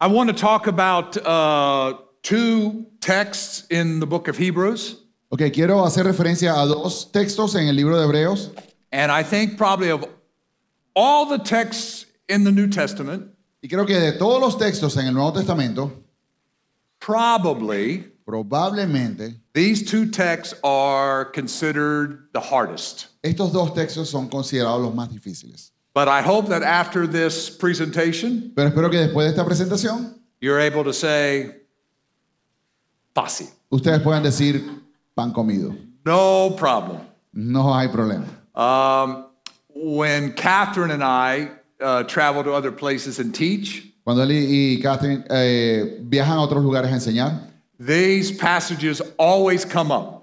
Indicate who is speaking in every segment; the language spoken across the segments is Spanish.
Speaker 1: I want to talk about uh, two texts in the book of Hebrews,
Speaker 2: Ok, quiero hacer referencia a dos textos en el libro de Hebreos.
Speaker 1: and I think probably of all the texts in the New Testament,
Speaker 2: Y creo que de todos los textos en el Nuevo Testamento,
Speaker 1: probably
Speaker 2: probablemente
Speaker 1: these two texts are considered the hardest.
Speaker 2: estos dos textos son considerados los más difíciles.
Speaker 1: But I hope that after this presentation,
Speaker 2: Pero espero que después de esta presentación,
Speaker 1: you're able to say, fácil,
Speaker 2: ustedes puedan decir pan comido.
Speaker 1: no problem.
Speaker 2: No hay problema.
Speaker 1: Um, when Catherine and I uh, travel to other places and teach,
Speaker 2: Cuando él y y Catherine eh, viajan a otros lugares a enseñar,
Speaker 1: these passages always come up.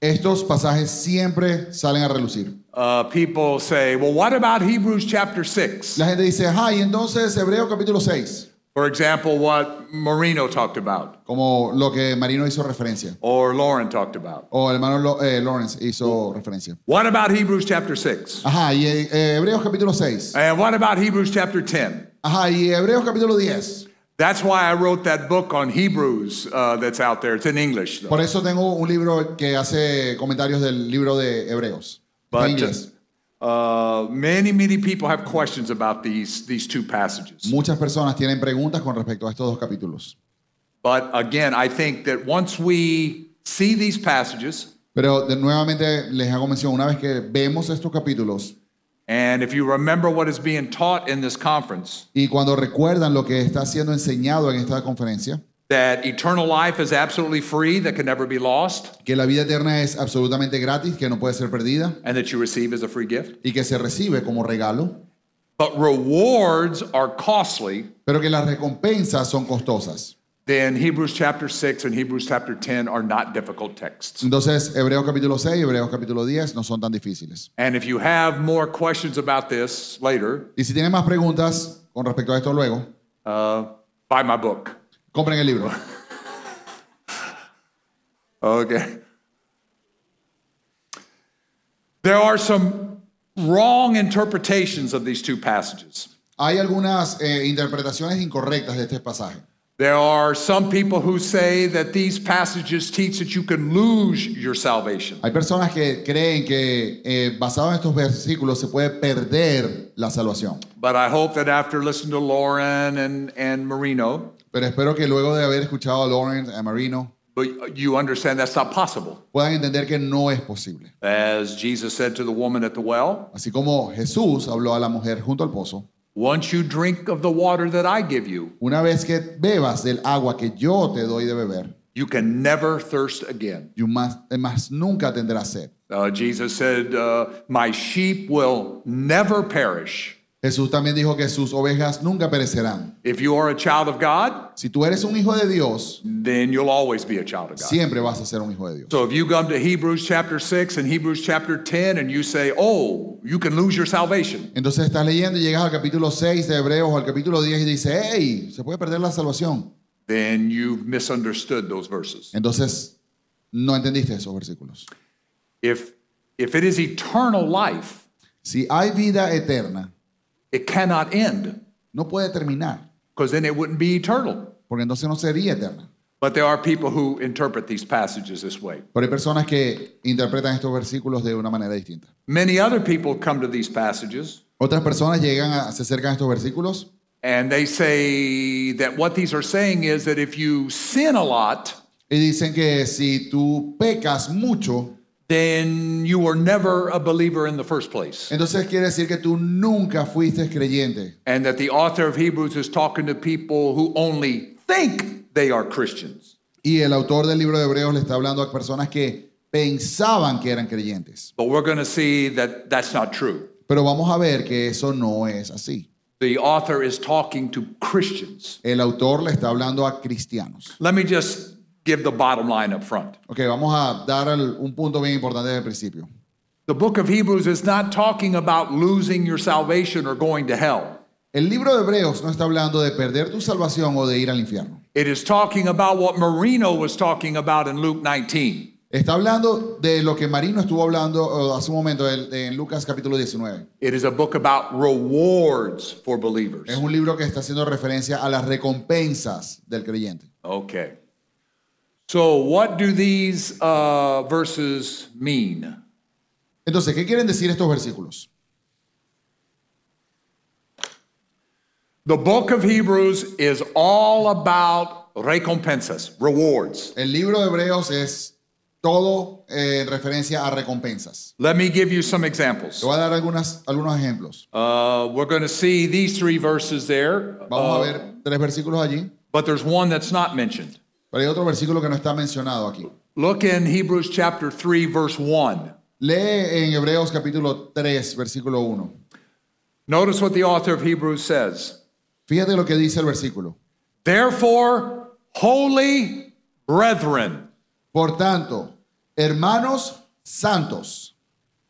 Speaker 2: estos pasajes siempre salen a relucir.
Speaker 1: Uh, people say, well, what about Hebrews chapter 6?
Speaker 2: La gente dice, ay, entonces Hebreo capítulo 6,
Speaker 1: For example, what Marino talked about
Speaker 2: como lo que Marino hizo referencia,
Speaker 1: or Lauren talked about.
Speaker 2: o el hermano Lo- eh, Lawrence hizo referencia.
Speaker 1: What about Hebrews chapter 6?
Speaker 2: Ajá, y eh, Hebreos capítulo 6.
Speaker 1: And what about Hebrews chapter 10?
Speaker 2: Ajá, y Hebreos capítulo 10.
Speaker 1: That's why I wrote that book on Hebrews uh, that's out there. It's in English, though.
Speaker 2: Por eso tengo un libro que hace comentarios del libro de Hebreos. en
Speaker 1: But
Speaker 2: inglés.
Speaker 1: uh, many, many people have questions about these, these two passages.
Speaker 2: Muchas personas tienen preguntas con respecto a estos dos capítulos.
Speaker 1: But again, I think that once we see these passages,
Speaker 2: Pero de- nuevamente les hago mención, una vez que vemos estos capítulos
Speaker 1: and if you remember what is being taught in this conference,
Speaker 2: y cuando recuerdan lo que está siendo enseñado en esta conferencia,
Speaker 1: that eternal life is absolutely free, that can never be lost,
Speaker 2: que la vida eterna es absolutamente gratis, que no puede ser perdida
Speaker 1: and that you receive as a free gift.
Speaker 2: y que se recibe como regalo,
Speaker 1: But rewards are costly,
Speaker 2: pero que las recompensas son costosas.
Speaker 1: then Hebrews chapter 6 and Hebrews chapter 10 are not difficult texts.
Speaker 2: Entonces, Hebreos capítulo 6 y Hebreos capítulo 10 no son tan difíciles.
Speaker 1: And if you have more questions about this later,
Speaker 2: Y si tienen más preguntas con respecto a esto luego,
Speaker 1: uh, buy my book.
Speaker 2: compren el libro.
Speaker 1: Okay. There are some wrong interpretations of these two passages.
Speaker 2: Hay algunas eh, interpretaciones incorrectas de este pasaje.
Speaker 1: There are some people who say that these passages teach that you can lose your salvation.
Speaker 2: Hay personas que creen que eh, basado en estos versículos se puede perder la salvación.
Speaker 1: But I hope that after listening to Lauren and, and Marino,
Speaker 2: Pero espero que luego de haber escuchado a Lawrence, a Marino,
Speaker 1: but you understand that's not possible.
Speaker 2: puedan entender que no es posible.
Speaker 1: As Jesus said to the woman at the well,
Speaker 2: Así como Jesús habló a la mujer junto al pozo,
Speaker 1: once you drink of the water that I give you,
Speaker 2: una vez que bebas del agua que yo te doy de beber,
Speaker 1: you can never thirst again.
Speaker 2: y más, más nunca tendrás sed.
Speaker 1: Uh, Jesus said, uh, My sheep will never perish.
Speaker 2: Jesús también dijo que sus ovejas nunca perecerán.
Speaker 1: If you are a child of God,
Speaker 2: Si tú eres un hijo de Dios,
Speaker 1: then you'll always be a child of God.
Speaker 2: siempre vas a ser un hijo de Dios.
Speaker 1: So if you come to Hebrews chapter 6 and Hebrews chapter 10 and you say, Oh, you can lose your salvation,
Speaker 2: Entonces estás leyendo y llegas al capítulo 6 de Hebreos o al capítulo 10 y dices, hey, se puede perder la salvación.
Speaker 1: then you've misunderstood those verses.
Speaker 2: Entonces, no entendiste esos versículos.
Speaker 1: If, if it is eternal life,
Speaker 2: Si hay vida eterna,
Speaker 1: it cannot end
Speaker 2: no puede terminar,
Speaker 1: because then it wouldn't be eternal.
Speaker 2: porque entonces no sería eterna.
Speaker 1: But there are people who interpret these passages this way.
Speaker 2: Pero hay personas que interpretan estos versículos de una manera distinta.
Speaker 1: Many other people come to these passages
Speaker 2: Otras personas llegan a, se acercan a estos versículos
Speaker 1: And they say that what these are saying is that if you sin a lot,
Speaker 2: y dicen que si tú pecas mucho,
Speaker 1: then you were never a believer in the first place.
Speaker 2: entonces quiere decir que tú nunca fuiste creyente.
Speaker 1: And that the author of Hebrews is talking to people who only think they are Christians.
Speaker 2: Y el autor del libro de Hebreos le está hablando a personas que pensaban que eran creyentes.
Speaker 1: But we're going to see that that's not true.
Speaker 2: Pero vamos a ver que eso no es así.
Speaker 1: The author is talking to Christians.
Speaker 2: El autor le está hablando a cristianos.
Speaker 1: Let me just give the bottom line up front.
Speaker 2: Ok, vamos a dar el- un punto bien importante desde el principio.
Speaker 1: The book of Hebrews is not talking about losing your salvation or going to hell.
Speaker 2: El libro de Hebreos no está hablando de perder tu salvación o de ir al infierno.
Speaker 1: It is talking about what Marino was talking about in Luke 19.
Speaker 2: Está hablando de lo que Marino estuvo hablando eh, hace un momento en, en Lucas capítulo 19.
Speaker 1: It is a book about rewards for
Speaker 2: Es
Speaker 1: believers.
Speaker 2: un libro que está haciendo referencia a las recompensas del creyente.
Speaker 1: Okay. So, what do these uh, verses mean?
Speaker 2: Entonces, ¿qué quieren decir estos versículos?
Speaker 1: The book of Hebrews is all about recompensas, rewards.
Speaker 2: El libro de Hebreos es todo eh, en referencia a recompensas.
Speaker 1: Let me give you some examples.
Speaker 2: Te voy a dar algunas, algunos ejemplos.
Speaker 1: Uh, we're going to see these three verses there,
Speaker 2: Vamos a
Speaker 1: uh,
Speaker 2: ver tres versículos allí,
Speaker 1: but there's one that's not mentioned.
Speaker 2: pero hay otro versículo que no está mencionado aquí.
Speaker 1: Look in Hebrews chapter 3, verse 1.
Speaker 2: Lee en Hebreos capítulo 3, versículo 1.
Speaker 1: Notice what the author of Hebrews says.
Speaker 2: Fíjate lo que dice el versículo.
Speaker 1: Therefore, holy brethren,
Speaker 2: Por tanto, hermanos santos.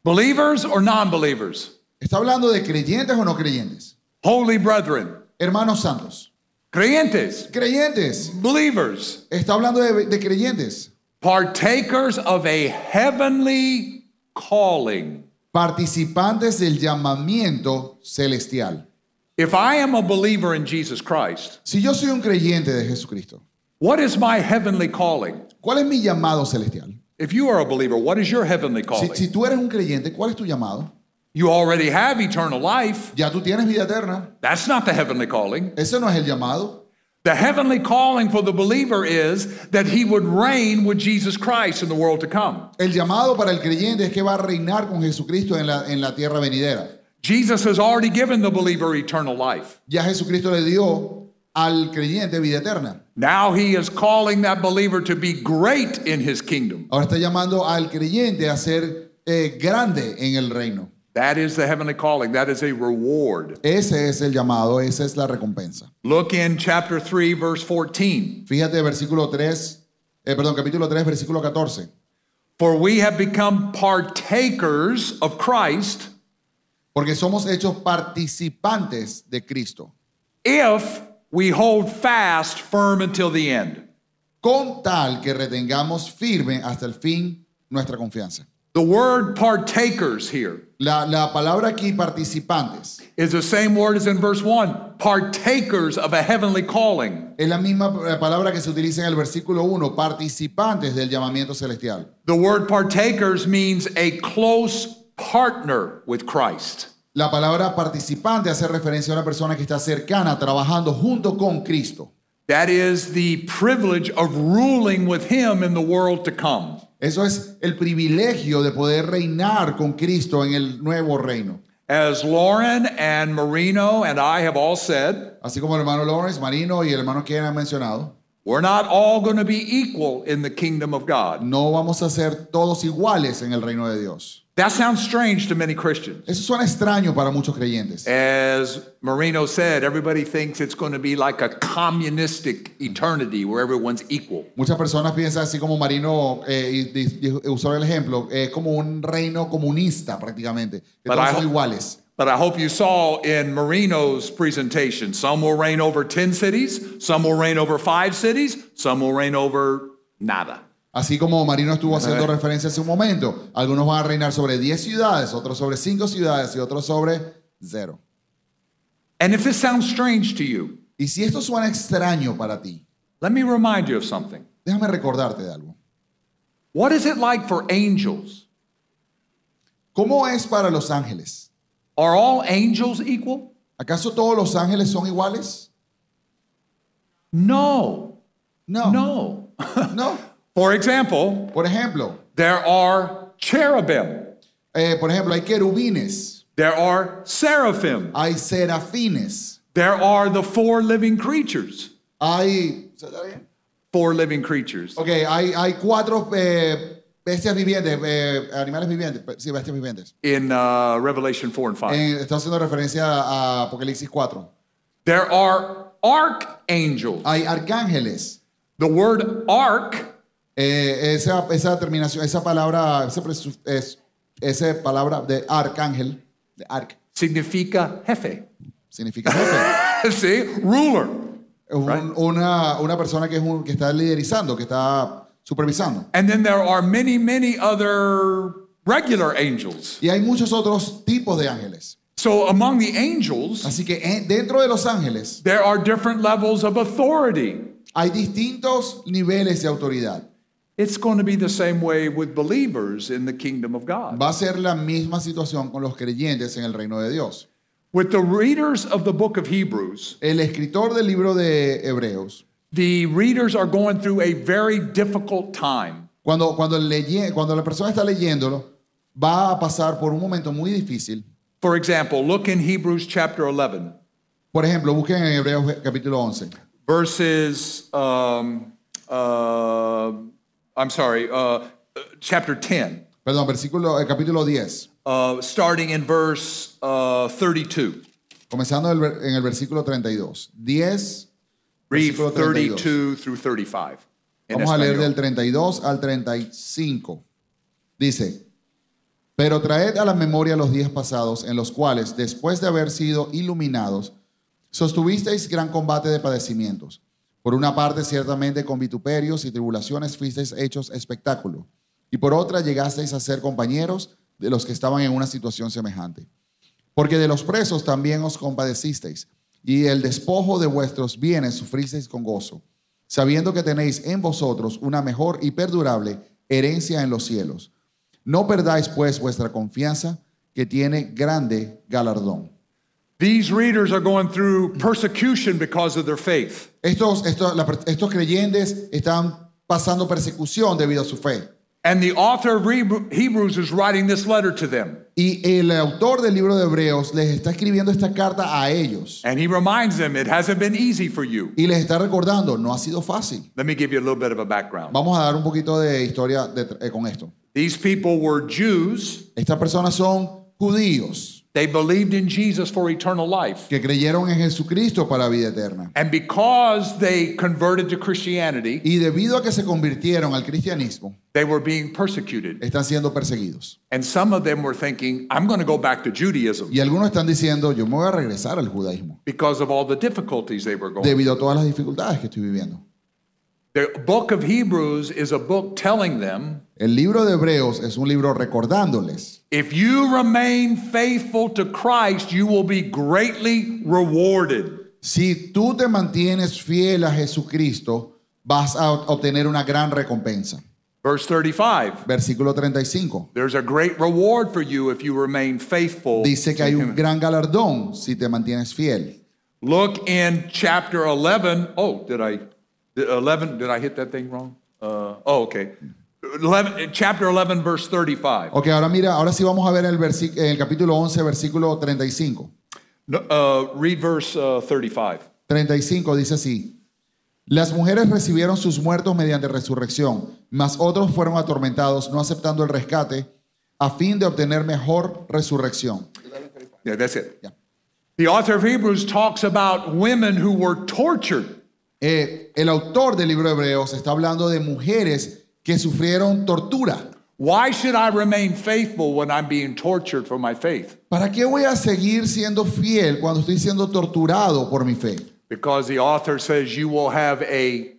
Speaker 1: believers or non believers,
Speaker 2: ¿Está hablando de creyentes o no creyentes?
Speaker 1: holy brethren,
Speaker 2: Hermanos santos.
Speaker 1: creyentes,
Speaker 2: Creyentes.
Speaker 1: believers,
Speaker 2: Está hablando de, de creyentes.
Speaker 1: partakers of a heavenly calling.
Speaker 2: Participantes del llamamiento celestial.
Speaker 1: If I am a believer in Jesus Christ,
Speaker 2: Si yo soy un creyente de Jesucristo,
Speaker 1: what is my heavenly calling?
Speaker 2: ¿cuál es mi llamado celestial?
Speaker 1: If you are a believer, what is your heavenly
Speaker 2: Si,
Speaker 1: calling?
Speaker 2: si tú eres un creyente, ¿cuál es tu llamado?
Speaker 1: You already have eternal life.
Speaker 2: Ya tú tienes vida eterna.
Speaker 1: That's not the heavenly calling.
Speaker 2: Ese no es el llamado.
Speaker 1: The heavenly calling for the believer is that he would reign with Jesus Christ in the world to come.
Speaker 2: El llamado para el creyente es que va a reinar con Jesucristo en la, en la tierra venidera.
Speaker 1: Jesus has already given the believer eternal life.
Speaker 2: Ya Jesucristo le dio al creyente vida eterna.
Speaker 1: Now he is calling that believer to be great in his kingdom.
Speaker 2: Ahora está llamando al creyente a ser eh, grande en el reino.
Speaker 1: That is the heavenly calling. That is a reward.
Speaker 2: Ese es el llamado, esa es la recompensa.
Speaker 1: Look in chapter 3, verse 14.
Speaker 2: Fíjate versículo 3, eh, perdón, capítulo 3, versículo 14.
Speaker 1: For we have become partakers of Christ
Speaker 2: Porque somos hechos participantes de Cristo.
Speaker 1: if we hold fast firm until the end.
Speaker 2: con tal que retengamos firme hasta el fin nuestra confianza.
Speaker 1: The word partakers here
Speaker 2: La, la palabra aquí, participantes,
Speaker 1: is the same word as in verse 1 partakers of a heavenly calling.
Speaker 2: es la misma eh, palabra que se utiliza en el versículo 1, participantes del llamamiento celestial.
Speaker 1: The word partakers means a close partner with Christ.
Speaker 2: La palabra participante hace referencia a una persona que está cercana, trabajando junto con Cristo.
Speaker 1: That is the privilege of ruling with him in the world to come.
Speaker 2: Eso es el privilegio de poder reinar con Cristo en el nuevo reino.
Speaker 1: As Lauren and Marino and I have all said,
Speaker 2: Así como el hermano Lawrence Marino y el hermano que han mencionado,
Speaker 1: we're not all going to be equal in the kingdom of God.
Speaker 2: no vamos a ser todos iguales en el reino de Dios.
Speaker 1: That sounds strange to many Christians.
Speaker 2: Eso suena extraño para muchos creyentes.
Speaker 1: As Marino said, everybody thinks it's going to be like a communistic eternity where everyone's equal.
Speaker 2: Muchas personas piensan así como Marino eh, y, di- dijo- usó el ejemplo, es como un reino comunista prácticamente, que
Speaker 1: But
Speaker 2: todos
Speaker 1: I
Speaker 2: son
Speaker 1: hope-
Speaker 2: iguales.
Speaker 1: But I hope you saw in Marino's presentation some will reign over 10 cities, some will reign over five cities, some will reign over nada.
Speaker 2: Así como Marino estuvo haciendo
Speaker 1: ver.
Speaker 2: referencia hace un momento, algunos van a reinar sobre 10 ciudades, otros sobre 5 ciudades y otros sobre 0.
Speaker 1: And if this sounds strange to you,
Speaker 2: Y si esto suena extraño para ti,
Speaker 1: let me remind you of something.
Speaker 2: déjame recordarte de algo.
Speaker 1: What is it like for angels?
Speaker 2: ¿Cómo es para los ángeles?
Speaker 1: Are all angels equal?
Speaker 2: ¿Acaso todos los ángeles son iguales?
Speaker 1: No,
Speaker 2: No.
Speaker 1: no.
Speaker 2: No.
Speaker 1: for example,
Speaker 2: Por ejemplo,
Speaker 1: there are cherubim,
Speaker 2: eh, por ejemplo, hay querubines,
Speaker 1: there are seraphim,
Speaker 2: hay serafines,
Speaker 1: there are the four living creatures.
Speaker 2: hay... ¿Se está bien?
Speaker 1: Four living creatures.
Speaker 2: Ok, hay, hay cuatro eh, bestias vivientes, eh, animales vivientes, pe- sí, bestias vivientes.
Speaker 1: in uh, Revelation 4 and 5.
Speaker 2: Eh, está haciendo referencia a Apocalipsis 4.
Speaker 1: There are archangels.
Speaker 2: Hay arcángeles.
Speaker 1: The word arch
Speaker 2: Eh, esa, esa terminación, esa palabra, ese, presu- es- esa palabra de arcángel, de arc,
Speaker 1: significa jefe.
Speaker 2: significa jefe.
Speaker 1: See? Ruler.
Speaker 2: Es un- una, una persona que, es un- que está liderizando, que está supervisando.
Speaker 1: And then there are many, many other regular angels.
Speaker 2: Y hay muchos otros tipos de ángeles.
Speaker 1: So among the angels,
Speaker 2: Así que en- dentro de los ángeles
Speaker 1: there are different levels of authority.
Speaker 2: hay distintos niveles de autoridad.
Speaker 1: It's going to be the same way with believers in the kingdom of God.
Speaker 2: Va a ser la misma situación con los creyentes en el reino de Dios.
Speaker 1: With the readers of the book of Hebrews,
Speaker 2: El escritor del libro de Hebreos,
Speaker 1: the readers are going through a very difficult time.
Speaker 2: cuando, cuando, leye- cuando la persona está leyéndolo, va a pasar por un momento muy difícil.
Speaker 1: For example, look in Hebrews chapter 11,
Speaker 2: Por ejemplo, busquen en Hebreos eh, capítulo 11,
Speaker 1: verses, um, uh, I'm sorry, uh, chapter 10,
Speaker 2: perdón, versículo, eh, capítulo 10,
Speaker 1: uh, starting in verse uh, 32.
Speaker 2: comenzando en el ver- en el versículo 32. 10,
Speaker 1: Read
Speaker 2: Versículo
Speaker 1: 32 through 35. in
Speaker 2: Vamos a leer
Speaker 1: Espanol.
Speaker 2: del 32 al 35. Dice, pero traed a la memoria los días pasados en los cuales, después de haber sido iluminados, sostuvisteis gran combate de padecimientos. Por una parte, ciertamente con vituperios y tribulaciones fuisteis hechos espectáculo, y por otra llegasteis a ser compañeros de los que estaban en una situación semejante. Porque de los presos también os compadecisteis, y el despojo de vuestros bienes sufristeis con gozo, sabiendo que tenéis en vosotros una mejor y perdurable herencia en los cielos. No perdáis pues vuestra confianza, que tiene grande galardón.
Speaker 1: These readers are going through persecution because of their faith.
Speaker 2: Estos, estos, la- estos creyentes están pasando persecución debido a su fe.
Speaker 1: And the author of Hebrew- Hebrews is writing this letter to them.
Speaker 2: Y el autor del libro de Hebreos les está escribiendo esta carta a ellos
Speaker 1: And he reminds them, it hasn't been easy for you.
Speaker 2: y les está recordando, no ha sido fácil.
Speaker 1: Let me give you a little bit of a background.
Speaker 2: Vamos a dar un poquito de historia de- eh, con esto.
Speaker 1: These people were Jews.
Speaker 2: Estas personas son judíos
Speaker 1: They believed in Jesus for eternal life.
Speaker 2: que creyeron en Jesucristo para vida eterna.
Speaker 1: And because they converted to Christianity,
Speaker 2: Y debido a que se convirtieron al cristianismo,
Speaker 1: they were being persecuted.
Speaker 2: están siendo perseguidos.
Speaker 1: And some of them were thinking, I'm going to go back to Judaism
Speaker 2: Y algunos están diciendo, yo me voy a regresar al judaísmo,
Speaker 1: because of all the difficulties they were going through.
Speaker 2: debido a todas las dificultades que estoy viviendo.
Speaker 1: The book of Hebrews is a book telling them
Speaker 2: El libro de Hebreos es un libro recordándoles,
Speaker 1: if you remain faithful to Christ, you will be greatly rewarded.
Speaker 2: si tú te mantienes fiel a Jesucristo, vas a obtener una gran recompensa.
Speaker 1: Verse 35
Speaker 2: Versículo 35.
Speaker 1: There's a great reward for you if you remain faithful.
Speaker 2: Dice que hay
Speaker 1: to
Speaker 2: un
Speaker 1: him.
Speaker 2: gran galardón si te mantienes fiel.
Speaker 1: Look in chapter 11. Oh, did I, did 11, did I hit that thing wrong? Uh, oh, okay. 11, chapter 11, verse 35.
Speaker 2: Ok, ahora mira, ahora sí vamos a ver el, versi- el capítulo 11, versículo 35.
Speaker 1: No, Uh, read verse uh, 35.
Speaker 2: 35 dice así, las mujeres recibieron sus muertos mediante resurrección, mas otros fueron atormentados no aceptando el rescate a fin de obtener mejor resurrección.
Speaker 1: Yeah, that's it.
Speaker 2: Yeah.
Speaker 1: The author of Hebrews talks about women who were tortured.
Speaker 2: Eh, el autor del libro de Hebreos está hablando de mujeres que sufrieron tortura.
Speaker 1: Why should I remain faithful when I'm being tortured for my faith?
Speaker 2: ¿Para qué voy a seguir siendo fiel cuando estoy siendo torturado por mi fe?
Speaker 1: Because the author says you will have a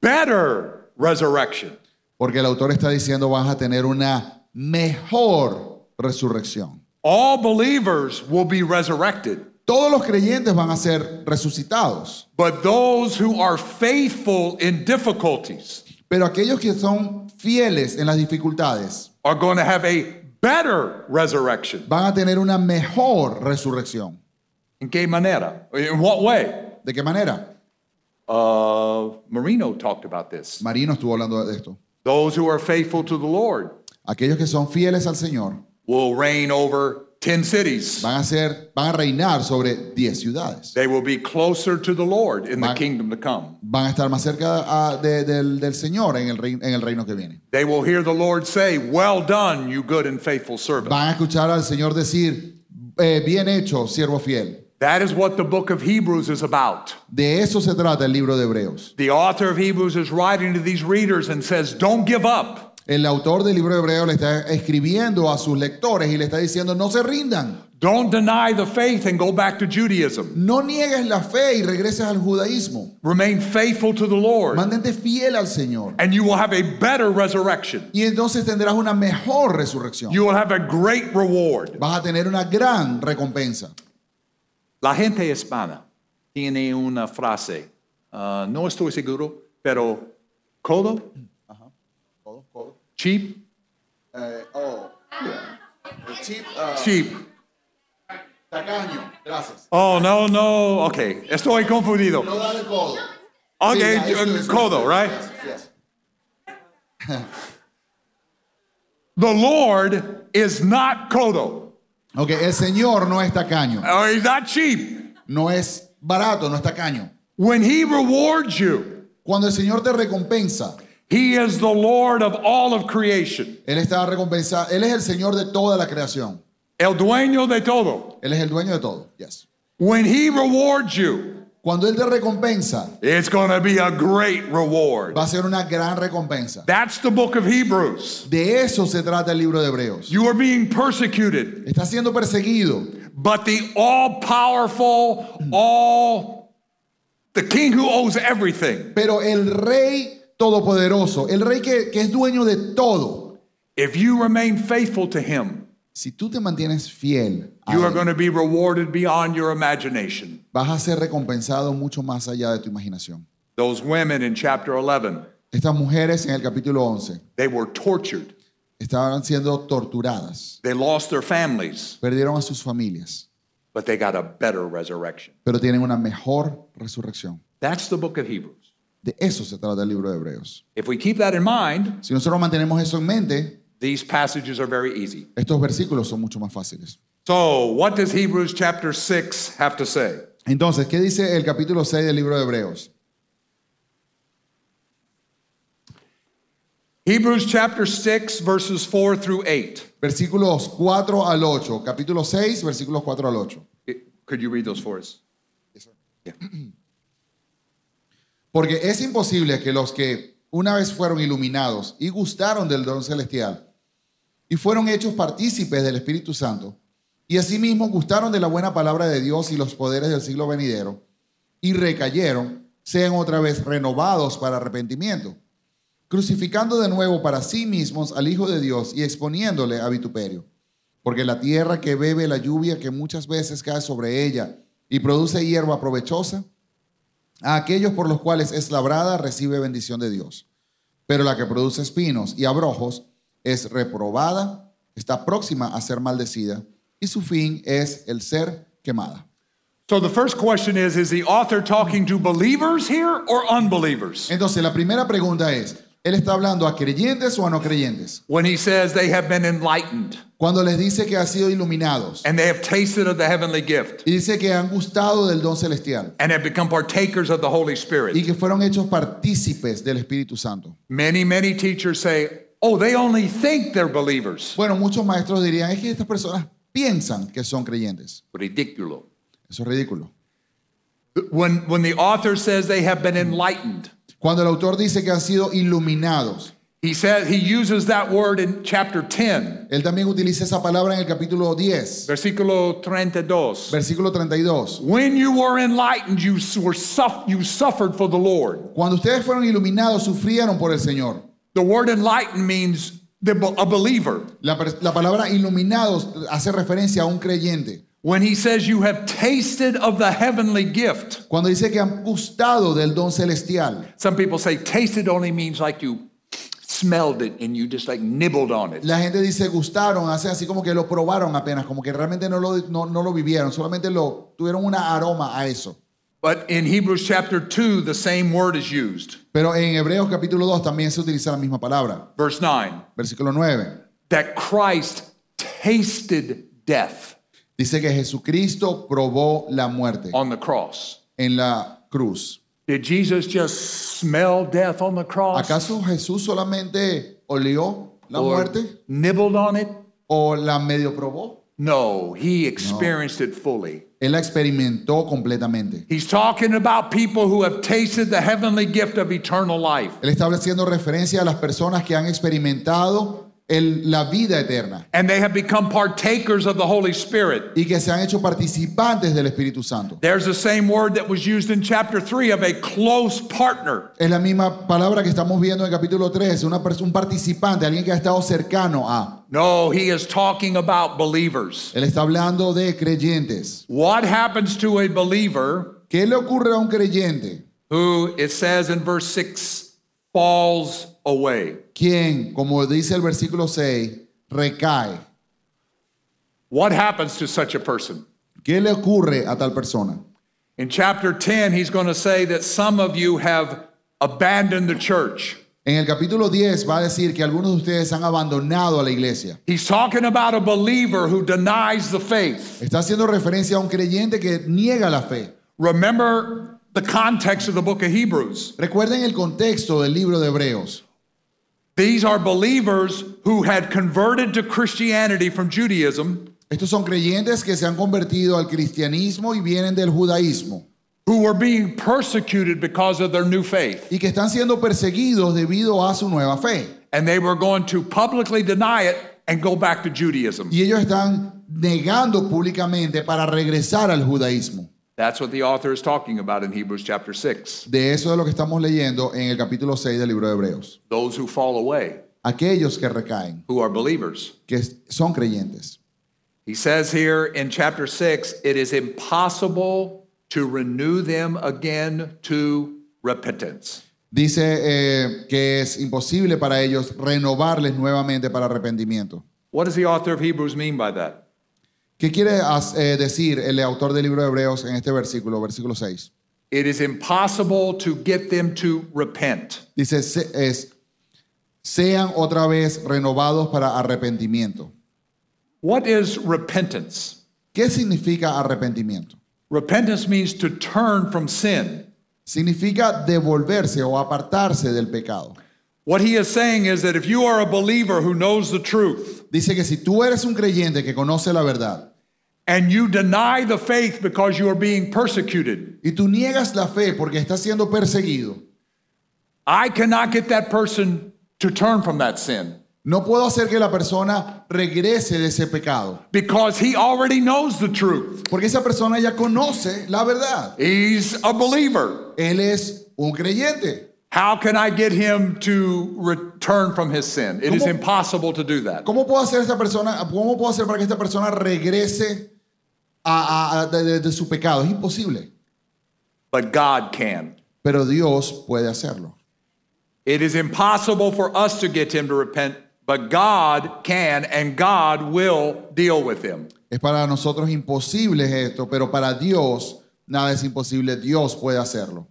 Speaker 1: better resurrection.
Speaker 2: Porque el autor está diciendo vas a tener una mejor resurrección.
Speaker 1: All believers will be resurrected,
Speaker 2: Todos los creyentes van a ser resucitados,
Speaker 1: but those who are faithful in difficulties
Speaker 2: pero aquellos que son fieles en las dificultades
Speaker 1: are going to have a better resurrection.
Speaker 2: van a tener una mejor resurrección.
Speaker 1: In qué manera? In what way?
Speaker 2: ¿De qué manera?
Speaker 1: Uh, Marino talked about this.
Speaker 2: Marino estuvo hablando de esto.
Speaker 1: Those who are faithful to the Lord
Speaker 2: Aquellos que son fieles al Señor
Speaker 1: will reign over 10 cities.
Speaker 2: van a ser van a reinar sobre 10 ciudades.
Speaker 1: They will be closer to the Lord in the
Speaker 2: My-
Speaker 1: kingdom to come.
Speaker 2: Van a estar más cerca ah, de- del, del Señor en el, rein- en el reino que viene.
Speaker 1: They will hear the Lord say, Well done, you good and faithful servant.
Speaker 2: Van a escuchar al Señor decir, eh, bien hecho, siervo fiel.
Speaker 1: That is what the book of Hebrews is about.
Speaker 2: De eso se trata el libro de Hebreos.
Speaker 1: The author of Hebrews is writing to these readers and says, Don't give up.
Speaker 2: El autor del libro de Hebreos le está escribiendo a sus lectores y le está diciendo, no se rindan,
Speaker 1: Don't deny the faith and go back to Judaism.
Speaker 2: No niegues la fe y regreses al judaísmo.
Speaker 1: Remain faithful to the Lord,
Speaker 2: Mantente fiel al Señor.
Speaker 1: and you will have a better resurrection.
Speaker 2: Y entonces tendrás una mejor resurrección.
Speaker 1: You will have a great reward.
Speaker 2: Vas a tener una gran recompensa.
Speaker 1: La gente hispana tiene una frase, ah, no estoy seguro, pero codo, cheap,
Speaker 2: oh,
Speaker 1: cheap.
Speaker 2: ah, tacaño. Gracias.
Speaker 1: Oh, no, no, okay. Estoy confundido.
Speaker 2: No dale codo.
Speaker 1: Okay, codo, right? The Lord is not codo,
Speaker 2: Ok, el Señor no es tacaño.
Speaker 1: or he's not cheap.
Speaker 2: No es barato, no es tacaño.
Speaker 1: When he rewards you,
Speaker 2: Cuando el Señor te recompensa,
Speaker 1: he is the Lord of all of creation.
Speaker 2: Él está recompensado. Él es el Señor de toda la creación.
Speaker 1: El dueño de todo.
Speaker 2: Él es el dueño de todo. Yes.
Speaker 1: When he rewards you,
Speaker 2: Cuando Él te recompensa,
Speaker 1: it's going to be a great reward.
Speaker 2: va a ser una gran recompensa.
Speaker 1: That's the book of Hebrews.
Speaker 2: De eso se trata el libro de Hebreos.
Speaker 1: You are being persecuted,
Speaker 2: Está siendo perseguido,
Speaker 1: but the all powerful, all, the king who owes everything.
Speaker 2: pero el rey todopoderoso, el rey que, que es dueño de todo,
Speaker 1: If you remain faithful to him,
Speaker 2: si tú te mantienes fiel, a
Speaker 1: you are
Speaker 2: él,
Speaker 1: going to be rewarded beyond your imagination.
Speaker 2: vas a ser recompensado mucho más allá de tu imaginación.
Speaker 1: Those women in chapter 11,
Speaker 2: Estas mujeres en el capítulo 11
Speaker 1: they were tortured.
Speaker 2: estaban siendo torturadas,
Speaker 1: They lost their families,
Speaker 2: perdieron a sus familias,
Speaker 1: but they got a better resurrection.
Speaker 2: pero tienen una mejor resurrección.
Speaker 1: That's the book of Hebrews.
Speaker 2: De eso se trata el libro de Hebreos.
Speaker 1: If we keep that in mind,
Speaker 2: Si nosotros mantenemos eso en mente,
Speaker 1: these passages are very easy.
Speaker 2: estos versículos son mucho más fáciles.
Speaker 1: So, what does Hebrews chapter 6 have to say?
Speaker 2: Entonces, ¿qué dice el capítulo 6 del libro de Hebreos?
Speaker 1: Hebrews chapter 6, verses 4 through 8.
Speaker 2: Versículos 4 al 8. Capítulo 6, versículos 4 al 8.
Speaker 1: It- Could you read those for us?
Speaker 2: Porque es imposible que los que una vez fueron iluminados y gustaron del don celestial y fueron hechos partícipes del Espíritu Santo y asimismo gustaron de la buena palabra de Dios y los poderes del siglo venidero y recayeron, sean otra vez renovados para arrepentimiento, crucificando de nuevo para sí mismos al Hijo de Dios y exponiéndole a vituperio. Porque la tierra que bebe la lluvia que muchas veces cae sobre ella y produce hierba provechosa, a aquellos por los cuales es labrada recibe bendición de Dios. Pero la que produce espinos y abrojos es reprobada, está próxima a ser maldecida y su fin es el ser quemada.
Speaker 1: So, the first question is Is the author talking to believers here or unbelievers?
Speaker 2: Entonces, la primera pregunta es, ¿él está hablando a creyentes o a no creyentes?
Speaker 1: When he says they have been enlightened
Speaker 2: Cuando les dice que han sido iluminados
Speaker 1: and they have tasted of the heavenly gift
Speaker 2: y dice que han gustado del don celestial
Speaker 1: and have become partakers of the Holy
Speaker 2: y
Speaker 1: Spirit.
Speaker 2: que fueron hechos partícipes del Espíritu Santo.
Speaker 1: Many, many teachers say, Oh, they only think they're believers.
Speaker 2: Bueno, muchos maestros dirían, es que estas personas piensan que son creyentes.
Speaker 1: Ridiculous.
Speaker 2: Eso es ridículo.
Speaker 1: When, when the author says they have been enlightened,
Speaker 2: Cuando el autor dice que han sido iluminados,
Speaker 1: he says he uses that word in chapter 10,
Speaker 2: él también utiliza esa palabra en el capítulo 10,
Speaker 1: versículo 32.
Speaker 2: versículo 32.
Speaker 1: When you were enlightened, you s- were suff- you suffered for the Lord.
Speaker 2: Cuando ustedes fueron iluminados, sufrieron por el Señor.
Speaker 1: The word enlightened means the, be- a believer.
Speaker 2: La, per- la palabra iluminados hace referencia a un creyente.
Speaker 1: When he says you have tasted of the heavenly gift,
Speaker 2: Cuando dice que han gustado del don celestial,
Speaker 1: Some people say tasted only means like you smelled it and you just like nibbled on it.
Speaker 2: la gente dice gustaron, hace así como que lo probaron apenas, como que realmente no lo, no, no lo vivieron, solamente lo tuvieron una aroma a eso.
Speaker 1: But in Hebrews chapter 2, the same word is used.
Speaker 2: Pero en Hebreos capítulo 2 también se utiliza la misma palabra,
Speaker 1: Verse 9
Speaker 2: versículo 9.
Speaker 1: that Christ tasted death
Speaker 2: Dice que Jesucristo probó la muerte
Speaker 1: on the cross.
Speaker 2: en la cruz.
Speaker 1: Did Jesus just smell death on the cross?
Speaker 2: ¿Acaso Jesús solamente olió la
Speaker 1: or
Speaker 2: muerte
Speaker 1: nibbled on it?
Speaker 2: o la medio probó?
Speaker 1: No, he experienced it fully.
Speaker 2: Él la experimentó completamente.
Speaker 1: He's talking about people who have tasted the heavenly gift of eternal life.
Speaker 2: Él está haciendo referencia a las personas que han experimentado el- la vida eterna
Speaker 1: and they have become partakers of the Holy Spirit.
Speaker 2: y que se han hecho participantes del Espíritu Santo.
Speaker 1: There's the same word that was used in chapter 3 of a close partner.
Speaker 2: Es la misma palabra que estamos viendo en el capítulo 3, una pers- un participante, alguien que ha estado cercano a.
Speaker 1: No, he is talking about believers.
Speaker 2: Él está hablando de creyentes.
Speaker 1: What happens to a believer
Speaker 2: ¿Qué le ocurre a un creyente
Speaker 1: who, it says in verse 6, falls away?
Speaker 2: quien, como dice el versículo 6, recae?
Speaker 1: What happens to such a person?
Speaker 2: ¿Qué le ocurre a tal persona?
Speaker 1: In chapter 10, he's going to say that some of you have abandoned the church.
Speaker 2: En el capítulo 10 va a decir que algunos de ustedes han abandonado a la iglesia.
Speaker 1: He's talking about a believer who denies the faith.
Speaker 2: Está haciendo referencia a un creyente que niega la fe.
Speaker 1: Remember the context of the book of Hebrews.
Speaker 2: Recuerden el contexto del libro de Hebreos.
Speaker 1: These are believers who had converted to Christianity from Judaism,
Speaker 2: Estos son creyentes que se han convertido al cristianismo y vienen del judaísmo
Speaker 1: who were being persecuted because of their new faith.
Speaker 2: y que están siendo perseguidos debido a su nueva fe.
Speaker 1: And they were going to publicly deny it and go back to Judaism.
Speaker 2: Y ellos están negando públicamente para regresar al judaísmo.
Speaker 1: That's what the author is talking about in Hebrews chapter 6.
Speaker 2: De eso es lo que estamos leyendo en el capítulo 6 del libro de Hebreos.
Speaker 1: Those who fall away,
Speaker 2: Aquellos que recaen,
Speaker 1: who are believers.
Speaker 2: que son creyentes.
Speaker 1: He says here in chapter 6 it is impossible to renew them again to repentance.
Speaker 2: Dice eh, que es imposible para ellos renovarles nuevamente para arrepentimiento.
Speaker 1: What does the author of Hebrews mean by that?
Speaker 2: ¿Qué quiere as- eh, decir el autor del libro de Hebreos en este versículo, versículo 6?
Speaker 1: It is impossible to get them to repent.
Speaker 2: Dice, "Se- es, sean otra vez renovados para arrepentimiento.
Speaker 1: What is repentance?
Speaker 2: ¿Qué significa arrepentimiento?
Speaker 1: Repentance means to turn from sin.
Speaker 2: Significa devolverse o apartarse del pecado.
Speaker 1: What he is saying is that if you are a believer who knows the truth
Speaker 2: Dice que si tú eres un creyente que conoce la verdad
Speaker 1: and you deny the faith because you are being persecuted,
Speaker 2: y tú niegas la fe porque estás siendo perseguido,
Speaker 1: I cannot get that person to turn from that sin
Speaker 2: no puedo hacer que la persona regrese de ese pecado.
Speaker 1: because he already knows the truth.
Speaker 2: Porque esa persona ya conoce la verdad.
Speaker 1: He's a believer.
Speaker 2: Él es un creyente.
Speaker 1: How can I get him to return from his sin? It is
Speaker 2: ¿Cómo?
Speaker 1: impossible to do that.
Speaker 2: ¿Cómo puedo hacer esta persona? ¿Cómo puedo hacer para que esta persona regrese a- a- a- de, de- de su pecado? Es imposible.
Speaker 1: But God can.
Speaker 2: Pero Dios puede hacerlo.
Speaker 1: It is impossible for us to get him to repent, but God can and God will deal with him.
Speaker 2: Es para nosotros imposible esto, pero para Dios nada es imposible. Dios puede hacerlo.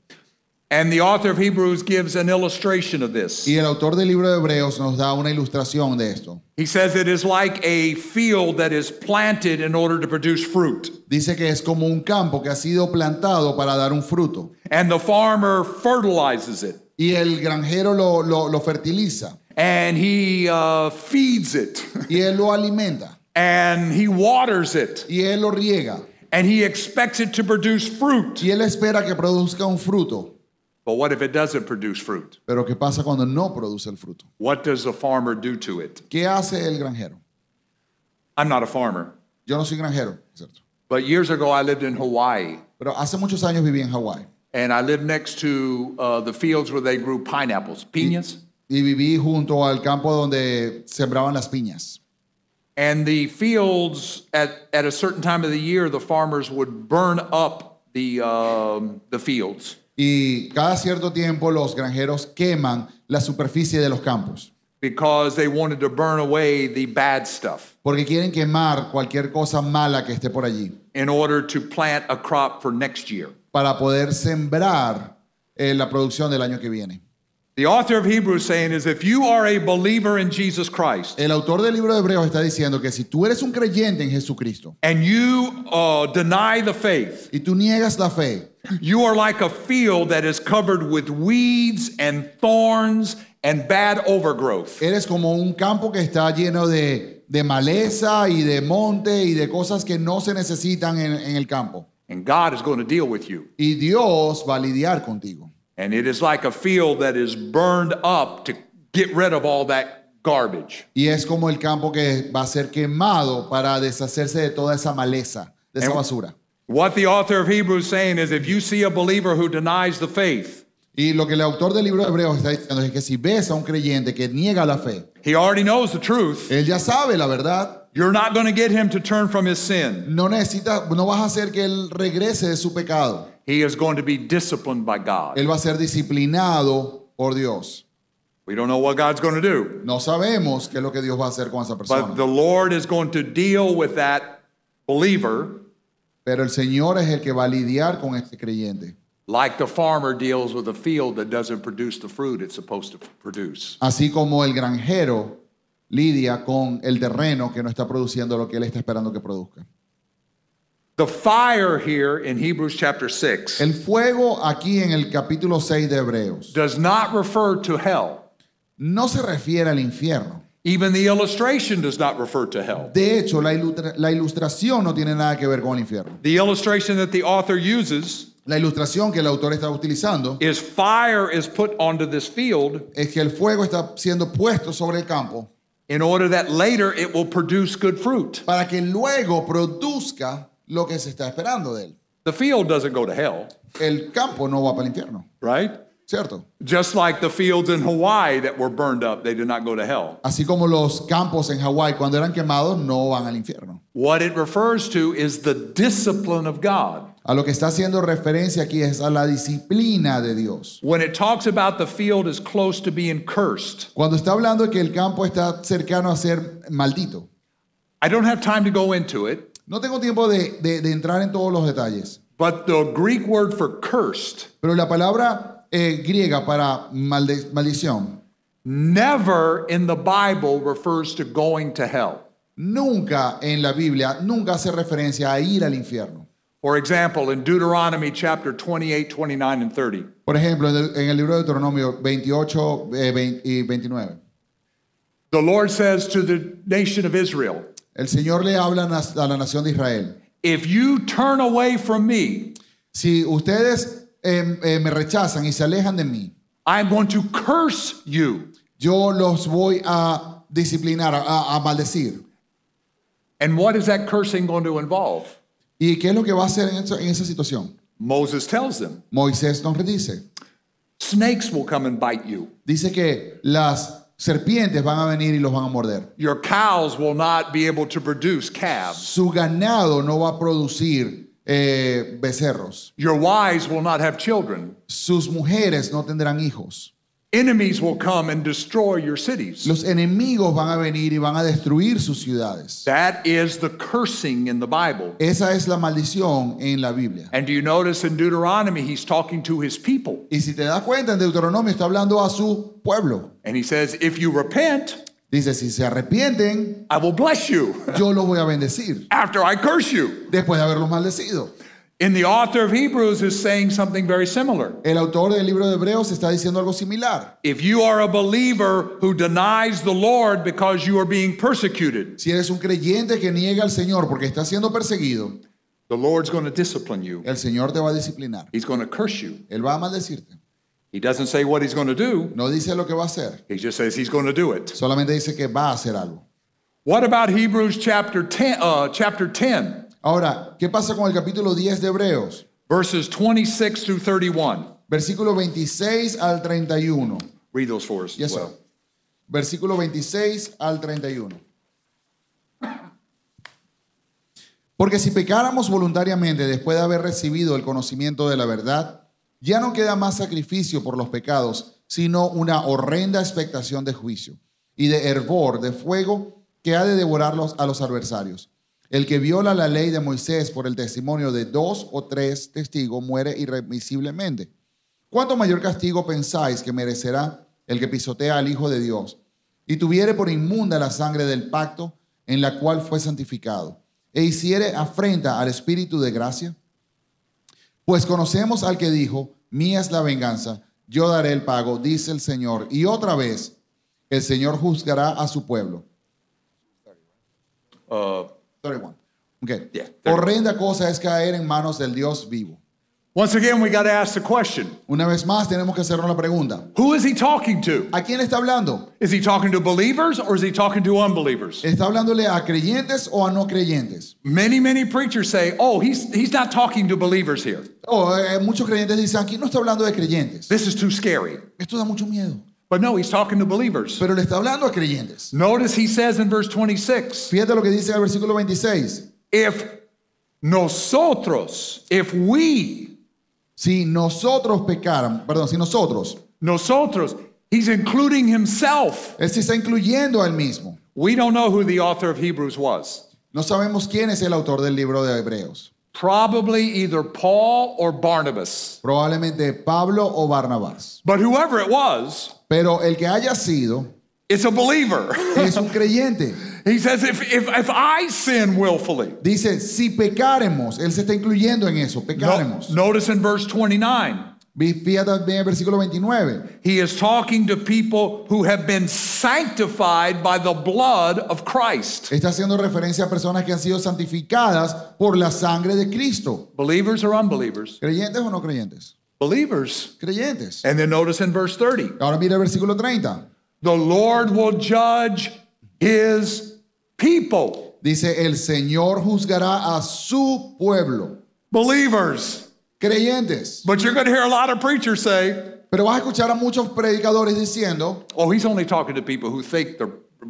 Speaker 1: And the author of Hebrews gives an illustration of this.
Speaker 2: Y el autor del libro de Hebreos nos da una ilustración de esto.
Speaker 1: He says it is like a field that is planted in order to produce fruit.
Speaker 2: Dice que es como un campo que ha sido plantado para dar un fruto.
Speaker 1: And the farmer fertilizes it
Speaker 2: Y el granjero lo- lo- lo fertiliza.
Speaker 1: and he uh, feeds it
Speaker 2: Y él lo alimenta.
Speaker 1: and he waters it.
Speaker 2: y él lo riega
Speaker 1: and he expects it to produce fruit.
Speaker 2: y él espera que produzca un fruto.
Speaker 1: But what if it doesn't produce fruit?
Speaker 2: Pero ¿qué pasa cuando no produce el fruto?
Speaker 1: What does the farmer do to it?
Speaker 2: ¿Qué hace el granjero?
Speaker 1: I'm not a farmer,
Speaker 2: Yo no soy granjero, ¿cierto?
Speaker 1: but years ago I lived in Hawaii
Speaker 2: Pero hace muchos años viví en Hawái
Speaker 1: and I lived next to uh, the fields where they grew pineapples, piñas.
Speaker 2: y viví junto al campo donde sembraban las piñas.
Speaker 1: And the fields at, at a certain time of the year, the farmers would burn up the, um, the fields
Speaker 2: Y cada cierto tiempo los granjeros queman la superficie de los campos
Speaker 1: because they wanted to burn away the bad stuff
Speaker 2: porque quieren quemar cualquier cosa mala que esté por allí
Speaker 1: in order to plant a crop for next year.
Speaker 2: para poder sembrar eh, la producción del año que viene.
Speaker 1: The author of Hebrews saying is if you are a believer in Jesus Christ
Speaker 2: El autor del libro de Hebreos está diciendo que si tú eres un creyente en Jesucristo,
Speaker 1: and you uh, deny the faith,
Speaker 2: y tú niegas la fe,
Speaker 1: you are like a field that is covered with weeds and thorns and bad overgrowth.
Speaker 2: eres como un campo que está lleno de, de maleza y de monte y de cosas que no se necesitan en, en el campo.
Speaker 1: And God is going to deal with you.
Speaker 2: Y Dios va a lidiar contigo.
Speaker 1: And it is like a field that is burned up to get rid of all that garbage.
Speaker 2: Y es como el campo que va a ser quemado para deshacerse de toda esa maleza, de esa
Speaker 1: And-
Speaker 2: basura.
Speaker 1: What the author of Hebrews is saying is if you see a believer who denies the faith,
Speaker 2: Y lo que el autor del libro de Hebreos está diciendo es que si ves a un creyente que niega la fe,
Speaker 1: he already knows the truth.
Speaker 2: él ya sabe la verdad,
Speaker 1: You're not going to get him to turn from his sin.
Speaker 2: no necesita, no vas a hacer que él regrese de su pecado.
Speaker 1: He is going to be disciplined by God.
Speaker 2: Él va a ser disciplinado por Dios.
Speaker 1: We don't know what God's going to do,
Speaker 2: No sabemos qué es lo que Dios va a hacer con esa
Speaker 1: but
Speaker 2: persona,
Speaker 1: the Lord is going to deal with that believer
Speaker 2: pero el Señor es el que va a lidiar con este creyente.
Speaker 1: like the farmer deals with a field that doesn't produce the fruit it's supposed to produce.
Speaker 2: Así como el granjero lidia con el terreno que no está produciendo lo que él está esperando que produzca.
Speaker 1: The fire here in Hebrews chapter 6
Speaker 2: El fuego aquí en el capítulo 6 de Hebreos
Speaker 1: does not refer to hell.
Speaker 2: no se refiere al infierno.
Speaker 1: Even the illustration does not refer to hell.
Speaker 2: De hecho, la, ilustra- la ilustración no tiene nada que ver con el infierno.
Speaker 1: The illustration that the author uses
Speaker 2: La ilustración que el autor está utilizando
Speaker 1: is fire is put onto this field
Speaker 2: es que el fuego está siendo puesto sobre el campo
Speaker 1: in order that later it will produce good fruit.
Speaker 2: para que luego produzca lo que se está esperando de él.
Speaker 1: The field doesn't go to hell,
Speaker 2: El campo no va para el infierno,
Speaker 1: right?
Speaker 2: ¿cierto?
Speaker 1: Just like the fields in Hawaii that were burned up, they did not go to hell.
Speaker 2: Así como los campos en Hawái cuando eran quemados no van al infierno.
Speaker 1: What it refers to is the discipline of God.
Speaker 2: A lo que está haciendo referencia aquí es a la disciplina de Dios.
Speaker 1: When it talks about the field is close to being cursed,
Speaker 2: Cuando está hablando de que el campo está cercano a ser maldito,
Speaker 1: I don't have time to go into it,
Speaker 2: no tengo tiempo de, de- de entrar en todos los detalles,
Speaker 1: but the Greek word for cursed
Speaker 2: pero la palabra eh, griega para malde- maldición
Speaker 1: never in the Bible refers to going to hell.
Speaker 2: nunca en la Biblia, nunca hace referencia a ir al infierno.
Speaker 1: For example, in Deuteronomy chapter 28, 29, and 30,
Speaker 2: Por ejemplo, en el, en el libro de Deuteronomio 28 eh, 20 y 29,
Speaker 1: the Lord says to the nation of Israel,
Speaker 2: el Señor le habla a nas- a la nación de Israel,
Speaker 1: If you turn away from me,
Speaker 2: si ustedes eh, eh, me rechazan y se alejan de mí,
Speaker 1: I'm going to curse you.
Speaker 2: yo los voy a disciplinar, a, a maldecir.
Speaker 1: And what is that cursing going to involve?
Speaker 2: ¿Y qué es lo que va a hacer en, eso- en esa situación?
Speaker 1: Moses tells them,
Speaker 2: Moisés nos dice,
Speaker 1: snakes will come and bite you.
Speaker 2: dice que las serpientes van a venir y los van a morder.
Speaker 1: Your cows will not be able to produce calves.
Speaker 2: Su ganado no va a producir eh, becerros.
Speaker 1: Your wives will not have children.
Speaker 2: Sus mujeres no tendrán hijos.
Speaker 1: Enemies will come and destroy your cities.
Speaker 2: Los enemigos van a venir y van a destruir sus ciudades.
Speaker 1: That is the cursing in the Bible.
Speaker 2: Esa es la maldición en la Biblia.
Speaker 1: And do you notice in Deuteronomy, he's talking to his people.
Speaker 2: Y si te das cuenta, en Deuteronomio está hablando a su pueblo.
Speaker 1: And he says, If you repent,
Speaker 2: Dice, si se arrepienten,
Speaker 1: I will bless you
Speaker 2: yo los voy a bendecir
Speaker 1: after I curse you.
Speaker 2: después de haberlos maldecido.
Speaker 1: And the author of Hebrews is saying something very similar.
Speaker 2: El autor del libro de Hebreos está diciendo algo similar.
Speaker 1: If you are a believer who denies the Lord because you are being persecuted,
Speaker 2: Si eres un creyente que niega al Señor porque está siendo perseguido,
Speaker 1: the Lord's going to discipline you.
Speaker 2: el Señor te va a disciplinar.
Speaker 1: He's going to curse you.
Speaker 2: Él va a maldecirte.
Speaker 1: He doesn't say what he's going to do,
Speaker 2: No dice lo que va a hacer,
Speaker 1: he just says he's going to do it.
Speaker 2: solamente dice que va a hacer algo.
Speaker 1: What about Hebrews chapter 10, uh, chapter 10
Speaker 2: Ahora, ¿qué pasa con el capítulo 10 de Hebreos?
Speaker 1: verses 26 through 31?
Speaker 2: Versículo 26 al 31.
Speaker 1: Read those for us. as
Speaker 2: Yes, sir.
Speaker 1: well.
Speaker 2: Versículo 26 al 31. Porque si pecáramos voluntariamente después de haber recibido el conocimiento de la verdad, ya no queda más sacrificio por los pecados, sino una horrenda expectación de juicio y de hervor, de fuego que ha de devorarlos a los adversarios. El que viola la ley de Moisés por el testimonio de dos o tres testigos muere irremisiblemente. ¿Cuánto mayor castigo pensáis que merecerá el que pisotea al Hijo de Dios y tuviere por inmunda la sangre del pacto en la cual fue santificado e hiciere afrenta al Espíritu de gracia? Pues conocemos al que dijo, mía es la venganza, yo daré el pago, dice el Señor, y otra vez el Señor juzgará a su pueblo.
Speaker 1: Uh,
Speaker 2: 31. Okay.
Speaker 1: Yeah, 31.
Speaker 2: Horrenda cosa es caer en manos del Dios vivo.
Speaker 1: Once again, we got to ask the question
Speaker 2: Una vez más, tenemos que hacernos la pregunta.
Speaker 1: who is he talking to?
Speaker 2: ¿A quién está hablando?
Speaker 1: Is he talking to believers or is he talking to unbelievers?
Speaker 2: ¿Está hablándole a creyentes o a no creyentes?
Speaker 1: Many, many preachers say, oh, he's, he's not talking to believers here.
Speaker 2: Oh, eh, muchos creyentes dicen, aquí no está hablando de creyentes.
Speaker 1: This is too scary.
Speaker 2: Esto da mucho miedo.
Speaker 1: But no, he's talking to believers.
Speaker 2: Pero le está hablando a creyentes.
Speaker 1: Notice he says in verse 26
Speaker 2: Fíjate lo que dice el versículo 26.
Speaker 1: if nosotros, if we,
Speaker 2: Si nosotros pecaran, perdón, si nosotros,
Speaker 1: nosotros, he's including himself.
Speaker 2: él se está incluyendo a él mismo.
Speaker 1: We don't know who the author of Hebrews was.
Speaker 2: No sabemos quién es el autor del libro de Hebreos.
Speaker 1: Probably either Paul or Barnabas.
Speaker 2: Probablemente Pablo o Barnabás.
Speaker 1: But whoever it was,
Speaker 2: Pero el que haya sido
Speaker 1: it's a believer.
Speaker 2: es un creyente.
Speaker 1: He says, if, if, if I sin willfully,
Speaker 2: Dice, si pecaremos, él se está incluyendo en eso,
Speaker 1: No-
Speaker 2: pecaremos.
Speaker 1: notice in verse 29,
Speaker 2: Vi- Fíjate bien el versículo 29.
Speaker 1: he is talking to people who have been sanctified by the blood of Christ.
Speaker 2: Está haciendo referencia a personas que han sido santificadas por la sangre de Cristo.
Speaker 1: Believers or unbelievers?
Speaker 2: ¿Creyentes o no creyentes?
Speaker 1: Believers.
Speaker 2: Creyentes.
Speaker 1: And then notice in verse 30,
Speaker 2: Ahora mira el versículo 30.
Speaker 1: the Lord will judge his people.
Speaker 2: Dice, el Señor juzgará a su pueblo.
Speaker 1: Believers.
Speaker 2: Creyentes.
Speaker 1: But you're going to hear a lot of preachers say,
Speaker 2: Pero vas a escuchar a muchos predicadores diciendo,
Speaker 1: oh, he's only talking to people who think they're,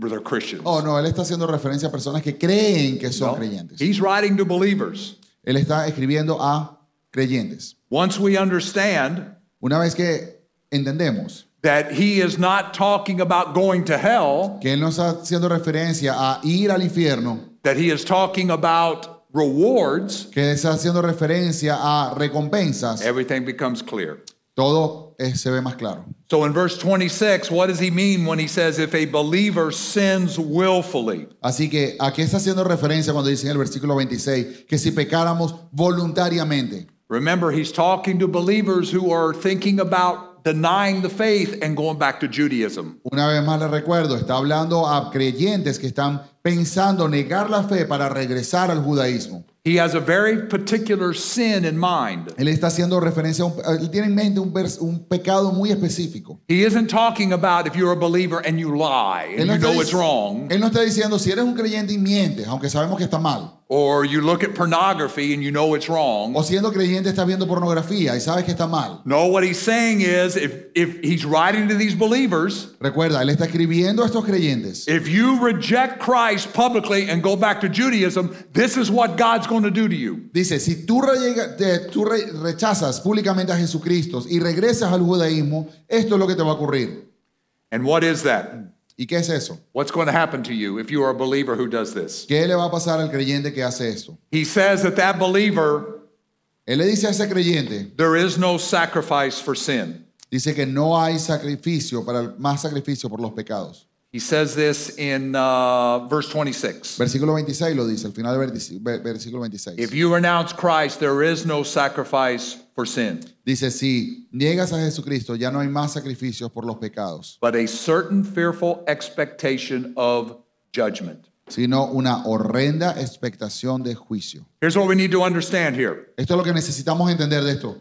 Speaker 1: they're Christians.
Speaker 2: oh no, él está haciendo referencia a personas que creen que son
Speaker 1: No.
Speaker 2: creyentes.
Speaker 1: He's writing to believers.
Speaker 2: Él está escribiendo a creyentes.
Speaker 1: Once we understand
Speaker 2: Una vez que entendemos
Speaker 1: that he is not talking about going to hell,
Speaker 2: que él no está haciendo referencia a ir al infierno,
Speaker 1: that he is talking about rewards,
Speaker 2: que está haciendo referencia a recompensas,
Speaker 1: everything becomes clear.
Speaker 2: todo eh, se ve más claro.
Speaker 1: So in verse 26, what does he mean when he says, if a believer sins willfully?
Speaker 2: Así que aquí está haciendo referencia cuando dice en el versículo 26 que si pecáramos voluntariamente.
Speaker 1: Remember, he's talking to believers who are thinking about denying the faith and going back to Judaism.
Speaker 2: Una vez más les recuerdo, está hablando a creyentes que están pensando negar la fe para regresar al judaísmo.
Speaker 1: He has a very particular sin in mind.
Speaker 2: Él está haciendo referencia, a un- él tiene en mente un, vers- un pecado muy específico.
Speaker 1: He isn't talking about if you're a believer and you lie and
Speaker 2: Él
Speaker 1: you
Speaker 2: no, está
Speaker 1: know
Speaker 2: dic-
Speaker 1: it's wrong,
Speaker 2: él no está diciendo si eres un creyente y mientes, aunque sabemos que está mal.
Speaker 1: or you look at pornography and you know it's wrong.
Speaker 2: O siendo creyente estás viendo pornografía y sabes que está mal.
Speaker 1: No, what he's saying is if, if he's writing to these believers,
Speaker 2: Recuerda, él está escribiendo a estos creyentes.
Speaker 1: if you reject Christ publicly and go back to Judaism, this is what God's going to do to you.
Speaker 2: Dice, si tú, rellega- te- tú re- rechazas públicamente a Jesucristo y regresas al judaísmo, esto es lo que te va a ocurrir.
Speaker 1: And what is that?
Speaker 2: ¿Y qué es eso?
Speaker 1: What's going to happen to you if you are a believer who does this?
Speaker 2: ¿Qué le va a pasar al creyente que hace esto?
Speaker 1: He says that that believer,
Speaker 2: Él le dice a ese creyente,
Speaker 1: there is no sacrifice for sin.
Speaker 2: dice que no hay sacrificio para el- más sacrificio por los pecados.
Speaker 1: He says this in uh, verse 26.
Speaker 2: Versículo 26 lo dice, al final del verdici- ve- versículo 26.
Speaker 1: If you renounce Christ, there is no sacrifice for sin,
Speaker 2: Dice, si niegas a Jesucristo, ya no hay más sacrificios por los pecados,
Speaker 1: but a certain fearful expectation of judgment.
Speaker 2: sino una horrenda expectación de juicio.
Speaker 1: Here's what we need to understand here.
Speaker 2: Esto es lo que necesitamos entender de esto.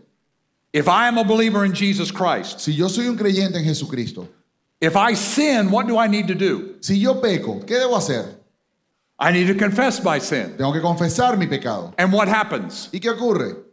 Speaker 1: If I am a believer in Jesus Christ,
Speaker 2: Si yo soy un creyente en Jesucristo,
Speaker 1: if I sin, what do I need to do?
Speaker 2: si yo peco, ¿qué debo hacer?
Speaker 1: I need to confess my sin.
Speaker 2: Tengo que confesar mi pecado.
Speaker 1: And what happens?
Speaker 2: ¿Y qué ocurre?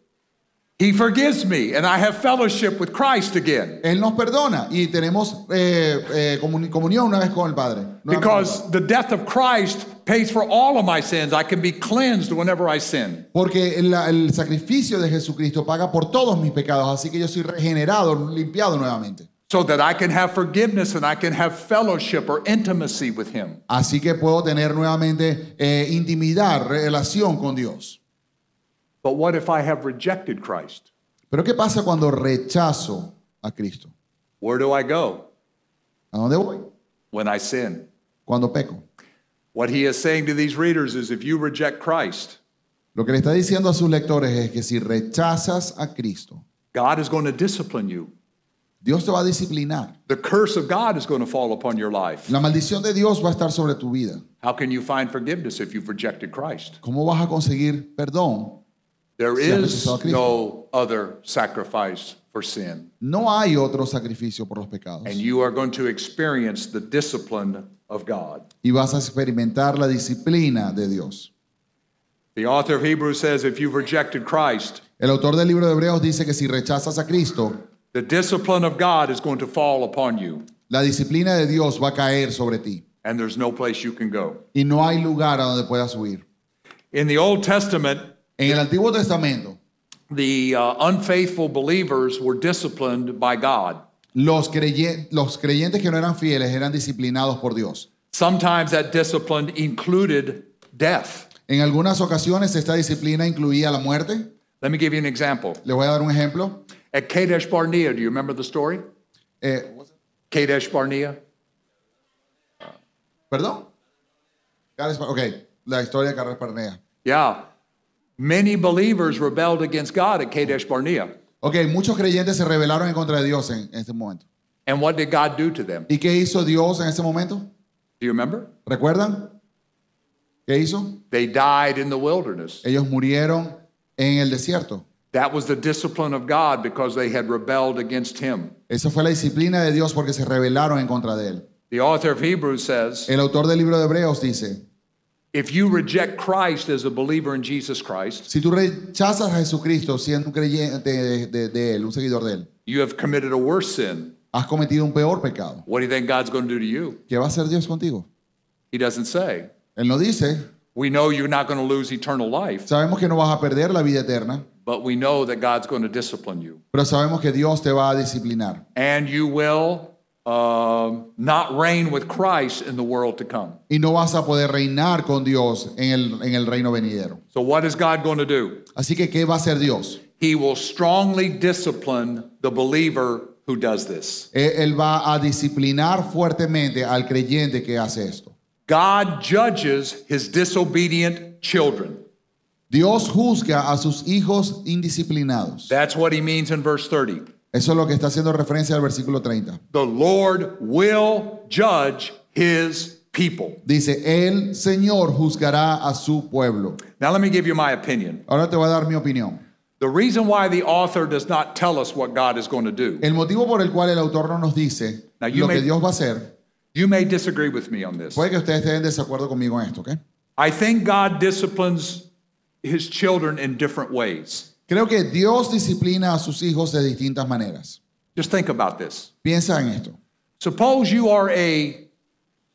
Speaker 1: He forgives me, and I have fellowship with Christ again.
Speaker 2: Él nos perdona y tenemos eh, eh, comuni- comunión una vez con el Padre. nuevamente con el Padre.
Speaker 1: Because the death of Christ pays for all of my sins. I can be cleansed whenever I sin.
Speaker 2: Porque el, el sacrificio de Jesucristo paga por todos mis pecados, así que yo soy regenerado, limpiado nuevamente.
Speaker 1: so that I can have forgiveness and I can have fellowship or intimacy with Him.
Speaker 2: Así que puedo tener nuevamente eh, intimidad, relación con Dios.
Speaker 1: But what if I have rejected Christ?
Speaker 2: Pero ¿qué pasa cuando rechazo a Cristo?
Speaker 1: Where do I go
Speaker 2: ¿A dónde voy?
Speaker 1: when I sin?
Speaker 2: Cuando peco.
Speaker 1: What He is saying to these readers is if you reject Christ,
Speaker 2: Lo que le está diciendo a sus lectores es que si rechazas a Cristo,
Speaker 1: God is going to discipline you.
Speaker 2: Dios te va a disciplinar.
Speaker 1: The curse of God is going to fall upon your life.
Speaker 2: La maldición de Dios va a estar sobre tu vida.
Speaker 1: How can you find forgiveness if you've rejected Christ?
Speaker 2: ¿Cómo vas a conseguir perdón
Speaker 1: There
Speaker 2: ha
Speaker 1: is
Speaker 2: rechazado a Cristo.
Speaker 1: no other sacrifice for sin.
Speaker 2: No hay otro sacrificio por los pecados.
Speaker 1: And you are going to experience the discipline of God.
Speaker 2: Y vas a experimentar la disciplina de Dios.
Speaker 1: The author of Hebrews says if you've rejected Christ,
Speaker 2: El autor del libro de Hebreos dice que si rechazas a Cristo,
Speaker 1: the discipline of God is going to fall upon you,
Speaker 2: la disciplina de Dios va a caer sobre ti.
Speaker 1: and there's no place you can go.
Speaker 2: Y no hay lugar a donde puedas huir.
Speaker 1: In the Old Testament,
Speaker 2: En el Antiguo Testamento,
Speaker 1: the uh, unfaithful believers were disciplined by God.
Speaker 2: los, creyen- los creyentes que no eran fieles eran disciplinados por Dios.
Speaker 1: Sometimes that discipline included death.
Speaker 2: En algunas ocasiones esta disciplina incluía la muerte.
Speaker 1: Let me give you an example.
Speaker 2: Les voy a dar un ejemplo.
Speaker 1: At Kadesh Barnea, do you remember the story?
Speaker 2: Eh,
Speaker 1: Kadesh Barnea?
Speaker 2: ¿Perdón? Carles- ok, la historia de Carles Parnea.
Speaker 1: Yeah. Many believers rebelled against God at Kadesh Barnea.
Speaker 2: Ok, muchos creyentes se rebelaron en contra de Dios en, en este momento.
Speaker 1: And what did God do to them?
Speaker 2: ¿Y qué hizo Dios en ese momento?
Speaker 1: Do you remember?
Speaker 2: ¿Recuerdan? ¿Qué hizo?
Speaker 1: They died in the wilderness.
Speaker 2: Ellos murieron en el desierto.
Speaker 1: That was the discipline of God because they had rebelled against Him.
Speaker 2: Esa fue la disciplina de Dios porque se rebelaron en contra de él.
Speaker 1: The author of Hebrews says
Speaker 2: El autor del libro de Hebreos dice,
Speaker 1: if you reject Christ as a believer in Jesus Christ,
Speaker 2: si tú rechazas a Jesucristo siendo un creyente de, de- de él, un seguidor de él,
Speaker 1: you have committed a worse sin.
Speaker 2: has cometido un peor pecado.
Speaker 1: What do you think God's going to do to you?
Speaker 2: ¿Qué va a hacer Dios contigo?
Speaker 1: He doesn't say.
Speaker 2: Él no dice,
Speaker 1: We know you're not going to lose eternal life,
Speaker 2: sabemos que no vas a perder la vida eterna,
Speaker 1: but we know that God's going to discipline you.
Speaker 2: pero sabemos que Dios te va a disciplinar
Speaker 1: And you will um, not reign with Christ in the world to come.
Speaker 2: y no vas a poder reinar con Dios en el, en el reino venidero.
Speaker 1: So, what is God going to do?
Speaker 2: Así que, ¿qué va a hacer Dios?
Speaker 1: He will strongly discipline the believer who does this.
Speaker 2: Él- Él va a disciplinar fuertemente al creyente que hace esto.
Speaker 1: God judges his disobedient children.
Speaker 2: Dios juzga a sus hijos indisciplinados.
Speaker 1: That's what he means in verse 30.
Speaker 2: Eso es lo que está haciendo referencia al versículo 30.
Speaker 1: The Lord will judge his people.
Speaker 2: Dice, el Señor juzgará a su pueblo.
Speaker 1: Now, let me give you my opinion.
Speaker 2: Ahora te voy a dar mi opinión.
Speaker 1: The reason why the author does not tell us what God is going to do,
Speaker 2: El motivo por el cual el autor no nos dice
Speaker 1: Now, you
Speaker 2: lo que
Speaker 1: may-
Speaker 2: Dios va a hacer,
Speaker 1: you may disagree with me on this.
Speaker 2: puede que ustedes estén en desacuerdo conmigo en esto, ¿ok?
Speaker 1: I think God disciplines his children in different ways.
Speaker 2: Creo que Dios disciplina a sus hijos de distintas maneras.
Speaker 1: Just think about this.
Speaker 2: Piensa en esto.
Speaker 1: Suppose you are a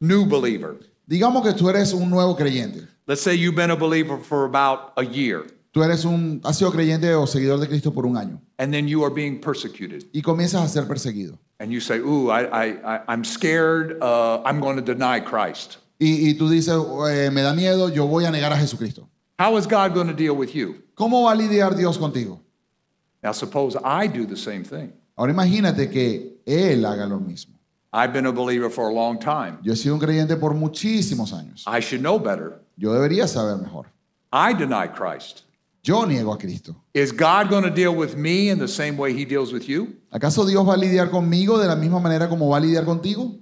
Speaker 1: new believer.
Speaker 2: Digamos que tú eres un nuevo creyente.
Speaker 1: Let's say you've been a believer for about a year,
Speaker 2: Tú eres un, has sido creyente o seguidor de Cristo por un año
Speaker 1: and then you are being persecuted.
Speaker 2: y comienzas a ser perseguido.
Speaker 1: And you say, Ooh, I, I, I, I'm scared. Uh, I'm going to deny Christ.
Speaker 2: Y, y tú dices, eh, me da miedo, yo voy a negar a Jesucristo.
Speaker 1: How is God going to deal with you?
Speaker 2: ¿Cómo va a lidiar Dios contigo?
Speaker 1: Now, suppose I do the same thing.
Speaker 2: Ahora imagínate que Él haga lo mismo.
Speaker 1: I've been a believer for a long time.
Speaker 2: Yo he sido un creyente por muchísimos años.
Speaker 1: I should know better.
Speaker 2: Yo debería saber mejor.
Speaker 1: I deny Christ.
Speaker 2: Yo niego a Cristo.
Speaker 1: Is God going to deal with me in the same way he deals with you?
Speaker 2: ¿Acaso Dios va a lidiar conmigo de la misma manera como va a lidiar contigo?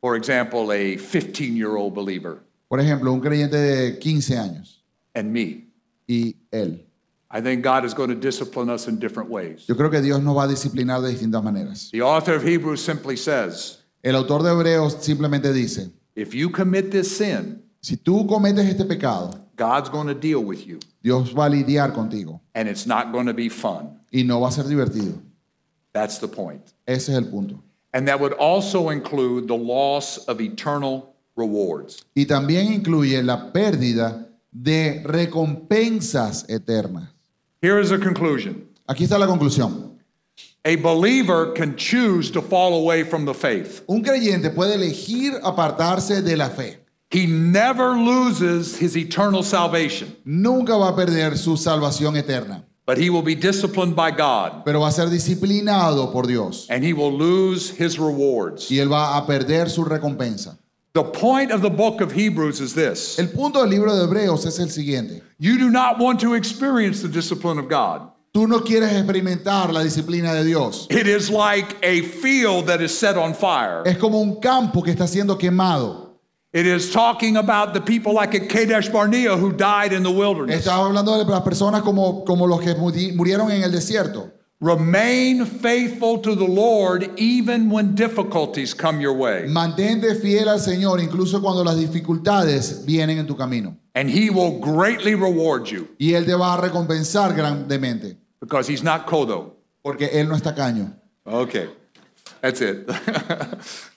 Speaker 1: For example, a 15 year old believer
Speaker 2: Por ejemplo, un creyente de 15 años
Speaker 1: and me.
Speaker 2: y Él.
Speaker 1: I think God is going to discipline us in different ways.
Speaker 2: Yo creo que Dios nos va a disciplinar de distintas maneras.
Speaker 1: The author of Hebrews simply says
Speaker 2: El autor de Hebreos simplemente dice,
Speaker 1: if you commit this sin,
Speaker 2: si tú cometes este pecado,
Speaker 1: God's going to deal with you,
Speaker 2: Dios va a lidiar contigo
Speaker 1: and it's not going to be fun.
Speaker 2: y no va a ser divertido.
Speaker 1: That's the point.
Speaker 2: Ese es el punto.
Speaker 1: And that would also include the loss of eternal rewards.
Speaker 2: y también incluye la pérdida de recompensas eternas.
Speaker 1: Here is a conclusion
Speaker 2: Aquí está la conclusión.
Speaker 1: a believer can choose to fall away from the faith,
Speaker 2: Un creyente puede elegir apartarse de la fe.
Speaker 1: he never loses his eternal salvation.
Speaker 2: Nunca va a perder su salvación eterna,
Speaker 1: But he will be disciplined by God
Speaker 2: pero va a ser disciplinado por Dios
Speaker 1: and he will lose his rewards.
Speaker 2: y él va a perder su recompensa.
Speaker 1: The point of the book of Hebrews is this
Speaker 2: El punto del libro de Hebreos es el siguiente.
Speaker 1: you do not want to experience the discipline of God.
Speaker 2: Tú no quieres experimentar la disciplina de Dios.
Speaker 1: It is like a field that is set on fire.
Speaker 2: Es como un campo que está siendo quemado.
Speaker 1: It is talking about the people like at Kadesh Barnea who died in the wilderness.
Speaker 2: Estaba hablando de las personas como, como los que muri- murieron en el desierto.
Speaker 1: Remain faithful to the Lord even when difficulties come your way,
Speaker 2: Mantente fiel al Señor incluso cuando las dificultades vienen en tu camino.
Speaker 1: and He will greatly reward you
Speaker 2: Y Él te va a recompensar grandemente,
Speaker 1: because He's not Kodo.
Speaker 2: porque Él no está caño.
Speaker 1: Okay, that's it.